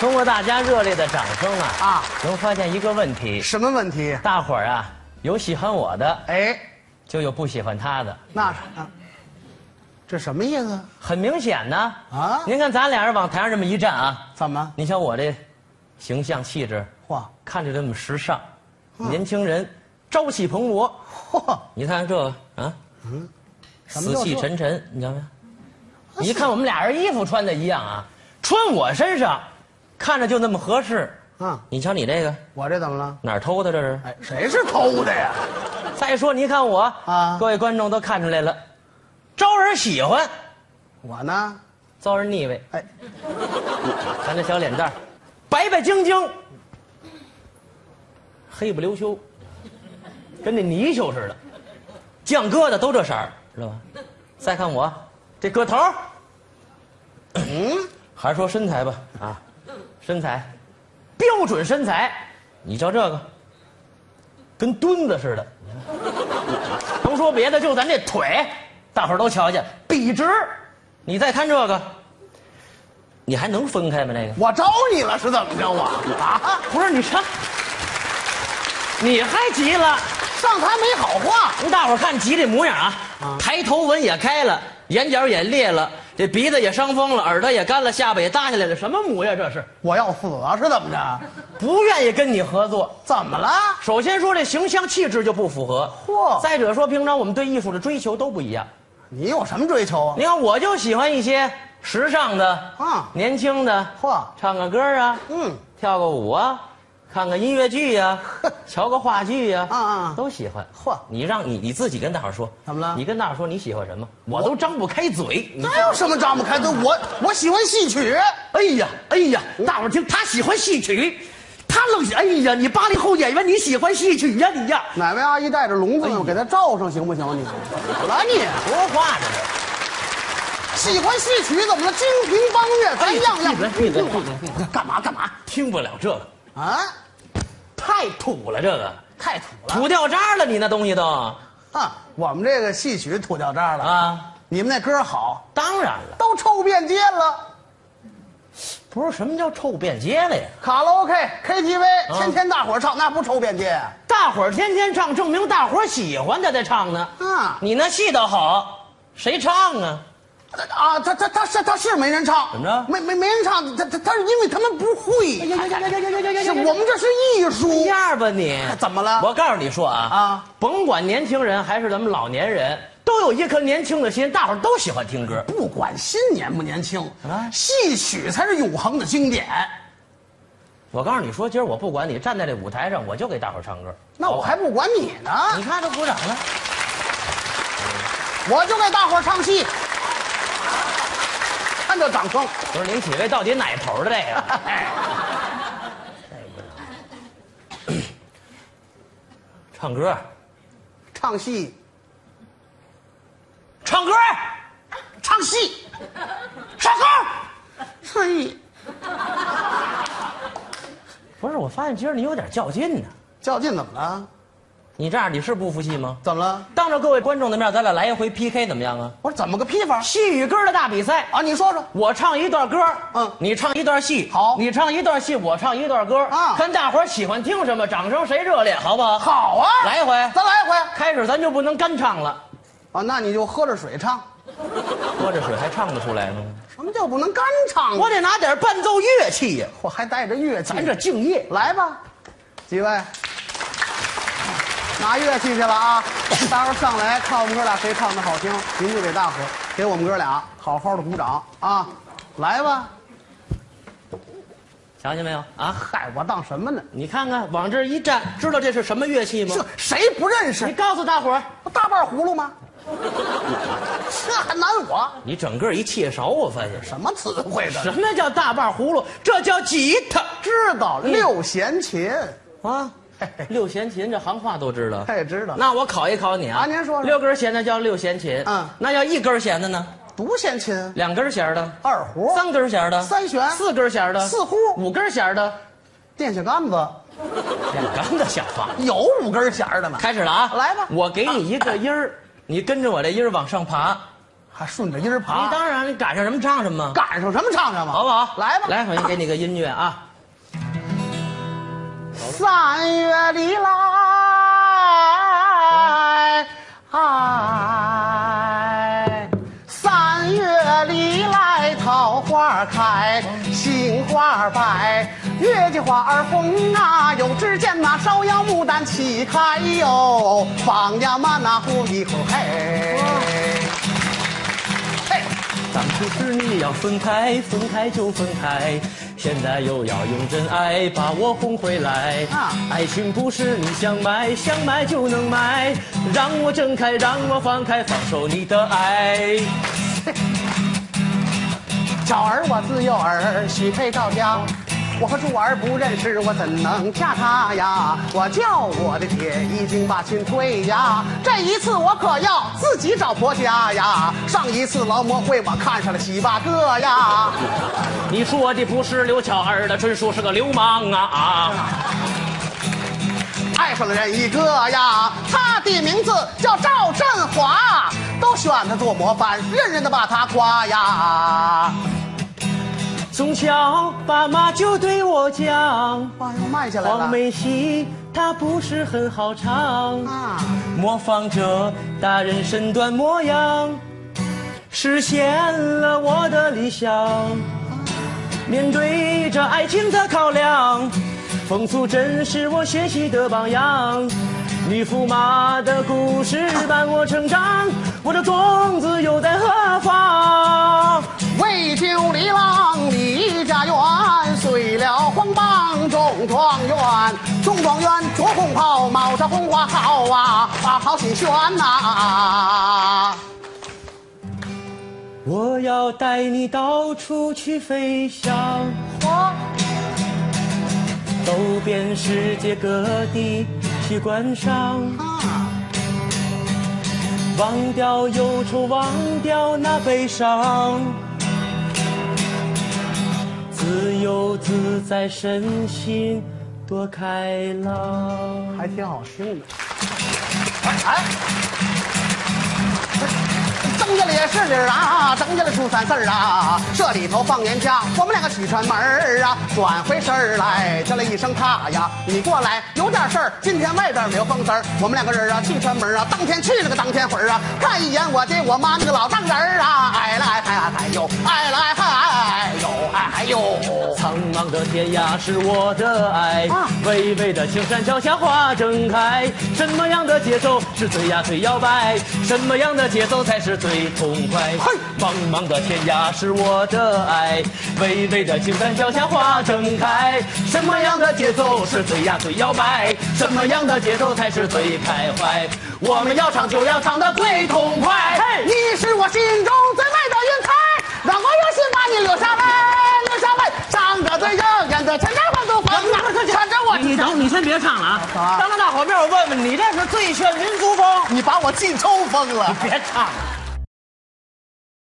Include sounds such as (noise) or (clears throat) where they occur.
通过大家热烈的掌声啊，啊能发现一个问题：什么问题？大伙儿啊，有喜欢我的，哎，就有不喜欢他的。那是啊，这什么意思？很明显呢。啊您看咱俩人往台上这么一站啊，怎么？你瞧我这形象气质，嚯看着这么时尚，嗯年轻人朝气蓬勃。嚯，你看这个啊，嗯什么死叫啊气这沉沉，你瞧没有？你一看我们俩人衣服穿的一样啊，穿我身上，看着就那么合适。啊，你瞧你这个我这怎么了？哪儿偷的这是？哎，谁是偷的呀？再说你看我啊各位观众都看出来了，招人喜欢，我呢？遭人腻味。哎，咱这小脸蛋儿，白白净净，黑不溜秋，跟那泥鳅似的，酱疙瘩都这色儿，知道吧？再看我，这个头儿，嗯， (clears throat) 还是说身材吧，啊，身材，标准身材。你瞧这个，跟墩子似的。甭说别的，就咱这腿，大伙儿都瞧瞧，笔直。你再看这个，你还能分开吗？那个？我招你了是怎么着啊？啊，不是你上，你还急了？上台没好话。您大伙儿看急这模样啊，啊抬头纹也开了，眼角也裂了，这鼻子也伤风了，耳朵也干了，下巴也耷下来了，什么模样这是？我要死啊是怎么着？不愿意跟你合作。怎么了？首先说这形象气质就不符合，嚯再者说平常我们对艺术的追求都不一样。你有什么追求啊？你看我就喜欢一些时尚的啊年轻的，嚯唱个歌啊，嗯，跳个舞啊，看个音乐剧 (laughs) 呀、瞧个话剧呀、啊啊都喜欢。嚯你让你你自己跟大伙儿说，怎么了你跟大伙儿说你喜欢什么，我都张不开嘴。你哪有什么张不开嘴？我我喜欢戏曲。哎呀，哎呀，大伙儿听，他喜欢戏曲，他愣喜，哎呀，你八零后演员，你喜欢戏曲呀、你呀，哪位阿姨带着笼子呢？我给她罩上行不行？你怎么了你？啊说话呢这。喜欢戏曲怎么了？京评邦乐，咱样样。哎闭嘴闭嘴闭嘴闭嘴干嘛干嘛听不了这个，啊？太土了，这个太土了土掉渣了，你那东西都啊！我们这个戏曲土掉渣了啊！啊，你们那歌好，当然了，都臭遍街了。不是什么叫臭遍街了呀。卡拉 OK、KTV，啊天天大伙儿唱，那不臭遍街啊？大伙儿天天唱，证明大伙儿喜欢他在唱呢。啊你那戏倒好，谁唱啊？啊，他他他是他是没人唱，怎么着哎没没没人唱，他他他是因为他们不会，是我们这是艺术。样吧你？怎么了我告诉你说啊啊啊，甭管年轻人还是咱们老年人，都有一颗年轻的心，大伙儿都喜欢听歌。不管新年不年轻啊，戏曲才是永恒的经典。我告诉你说，今儿我不管你，站在这舞台上，我就给大伙儿唱歌。那我还不管你呢，你看这鼓掌了，我就给大伙儿唱戏。看这掌声，不是您几位到底哪头儿的这个？ (laughs) 唱歌，唱戏，唱歌，唱戏，唱歌。唱戏，不是，我发现今儿你有点较劲呢、较劲怎么了？你这样你是不服气吗？怎么了？当着各位观众的面，咱俩来一回 PK 怎么样啊？我说怎么个批法戏与歌的大比赛，啊？你说说，我唱一段歌，嗯你唱一段戏，好你唱一段戏，我唱一段歌，啊看大伙儿喜欢听什么，掌声谁热烈，好不好？，好啊，来一回。咱来一回开始咱就不能干唱了，啊。那你就喝着水唱，喝着水还唱得出来吗？什么叫不能干唱？啊我得拿点伴奏乐器呀，我还带着乐器，咱这敬业。来吧，几位，拿乐器去了啊！待会儿上来看我们哥俩谁唱的好听，您就给大伙儿给我们哥俩好好的鼓掌啊！来吧，瞧见没有啊？嗨，我当什么呢？你看看往这儿一站，知道这是什么乐器吗这？谁不认识你？告诉大伙儿，不大半葫芦吗？这还难我？你整个一气勺，啊我发现。什么词汇什这？么叫大半葫芦？这叫吉他知道六弦琴，啊！六弦琴这行话都知道。他也知道。那我考一考你啊！啊您说说六根弦的叫六弦琴，嗯那要一根弦的呢？独弦琴，两根弦的，二胡，三根弦的，哦三弦四根弦的，四嗯呼五根弦的，电线杆子，两杆子想法。有五根弦儿的吗？开始了啊！来吧啊我给你一个音儿，你跟着我这音儿往上爬，还顺着音儿你爬，当然，你赶上什么唱什么，赶上什么唱什么，好不好？来吧，来，我先给你个音乐啊。三月里来，哎，三月里来，桃花开，杏花白，月季花儿红啊。有只见那芍药牡丹齐开哟，放呀嘛那呼一呼嘿。嘿，当初是你要分开，分开就分开，现在又要用真爱把我哄回来。啊爱情不是你想买，想买就能买，让我睁开，让我放开，放手你的爱。小儿我自幼儿许配到家，我和珠儿不认识，我怎能嫁他呀？我叫我的铁已经把亲退呀，这一次我可要自己找婆家呀！上一次劳模会我看上了七八个呀，你说的不是刘巧儿的，纯属是个流氓啊啊！爱上了人一个呀，他的名字叫赵振华，都选他做模范，人人都把他夸呀。从小爸妈就对我讲，话又慢下来黄了梅戏它不是很好唱。啊，模仿着大人身段模样，实现了我的理想。面对着爱情的考量，风俗真是我学习的榜样。女驸马的故事伴我成长，我的种子又在何方？为救离郎离家园，遂了黄榜中状元，中状元着红袍，冒着红花好啊，把好心宣呐、我要带你到处去飞翔。走遍世界各地去观赏，啊忘掉忧愁，忘掉那悲伤，自由自在，身心多开朗。还挺好听的。哎，张家里也是理儿啊，张家里出三事儿啊，这里头放年假，我们两个许串门儿啊，转回身儿来，叫了一声他呀，你过来，有点事儿，今天外边没有风声儿，我们两个人啊去串门儿啊，当天去了个当天回儿啊，看一眼我这我妈那个老丈人儿啊，哎来嗨嗨嗨呦，哎来嗨嗨呦，哎嗨呦。苍茫的天涯是我的爱啊，巍巍的青山脚下花正开。什么样的节奏是最呀最摇摆？什么样的节奏才是最痛快嘿？茫茫的天涯是我的爱，巍巍的青山脚下花正开。什么样的节奏是最呀最摇摆？什么样的节奏才是最开怀？我们要唱就要唱的最痛快。嘿。你是我心中最美的云彩，让我用心把你留下来，留下来，唱着最耀眼的前朝风度风马，看着我你等，你先别唱了啊啊！当着大伙面，我问问你，这是最炫民族风。你把我气抽疯了。别唱了，